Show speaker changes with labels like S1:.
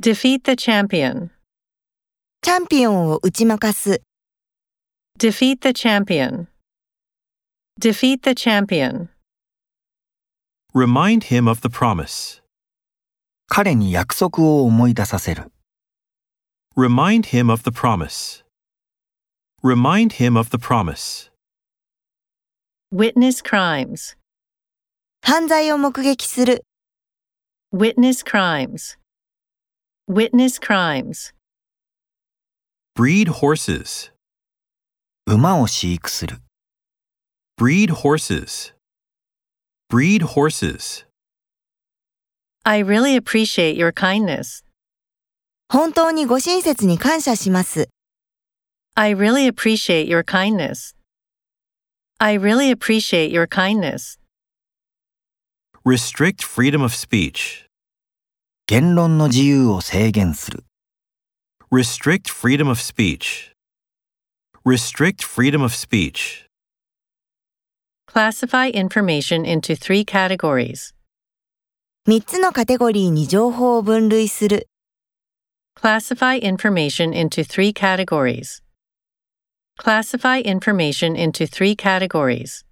S1: Defeat the champion.
S2: チャンピオンを打ち負かす。
S1: Defeat the champion. Defeat the champion.
S3: Remind him of the promise.
S4: 彼に約束を思い出させる。
S3: Remind him of the promise. Remind him of the promise.
S1: Witness crimes.
S2: 犯罪を目撃する。
S1: Witness crimes. Witness crimes.
S3: Breed horses.
S4: 馬を飼育する。
S3: Breed horses. Breed horses.
S1: I really appreciate your kindness.
S2: 本当にご親切に感謝します。
S1: I really appreciate your kindness. I really appreciate your kindness.
S3: Restrict freedom of speech.
S4: 言論の自由を制限する。
S3: Restrict freedom of speech. Restrict freedom of speech.
S1: Classify information into three categories.
S2: 3つのカテゴリーに情報を分類する。
S1: Classify information into three categories. Classify information into three categories.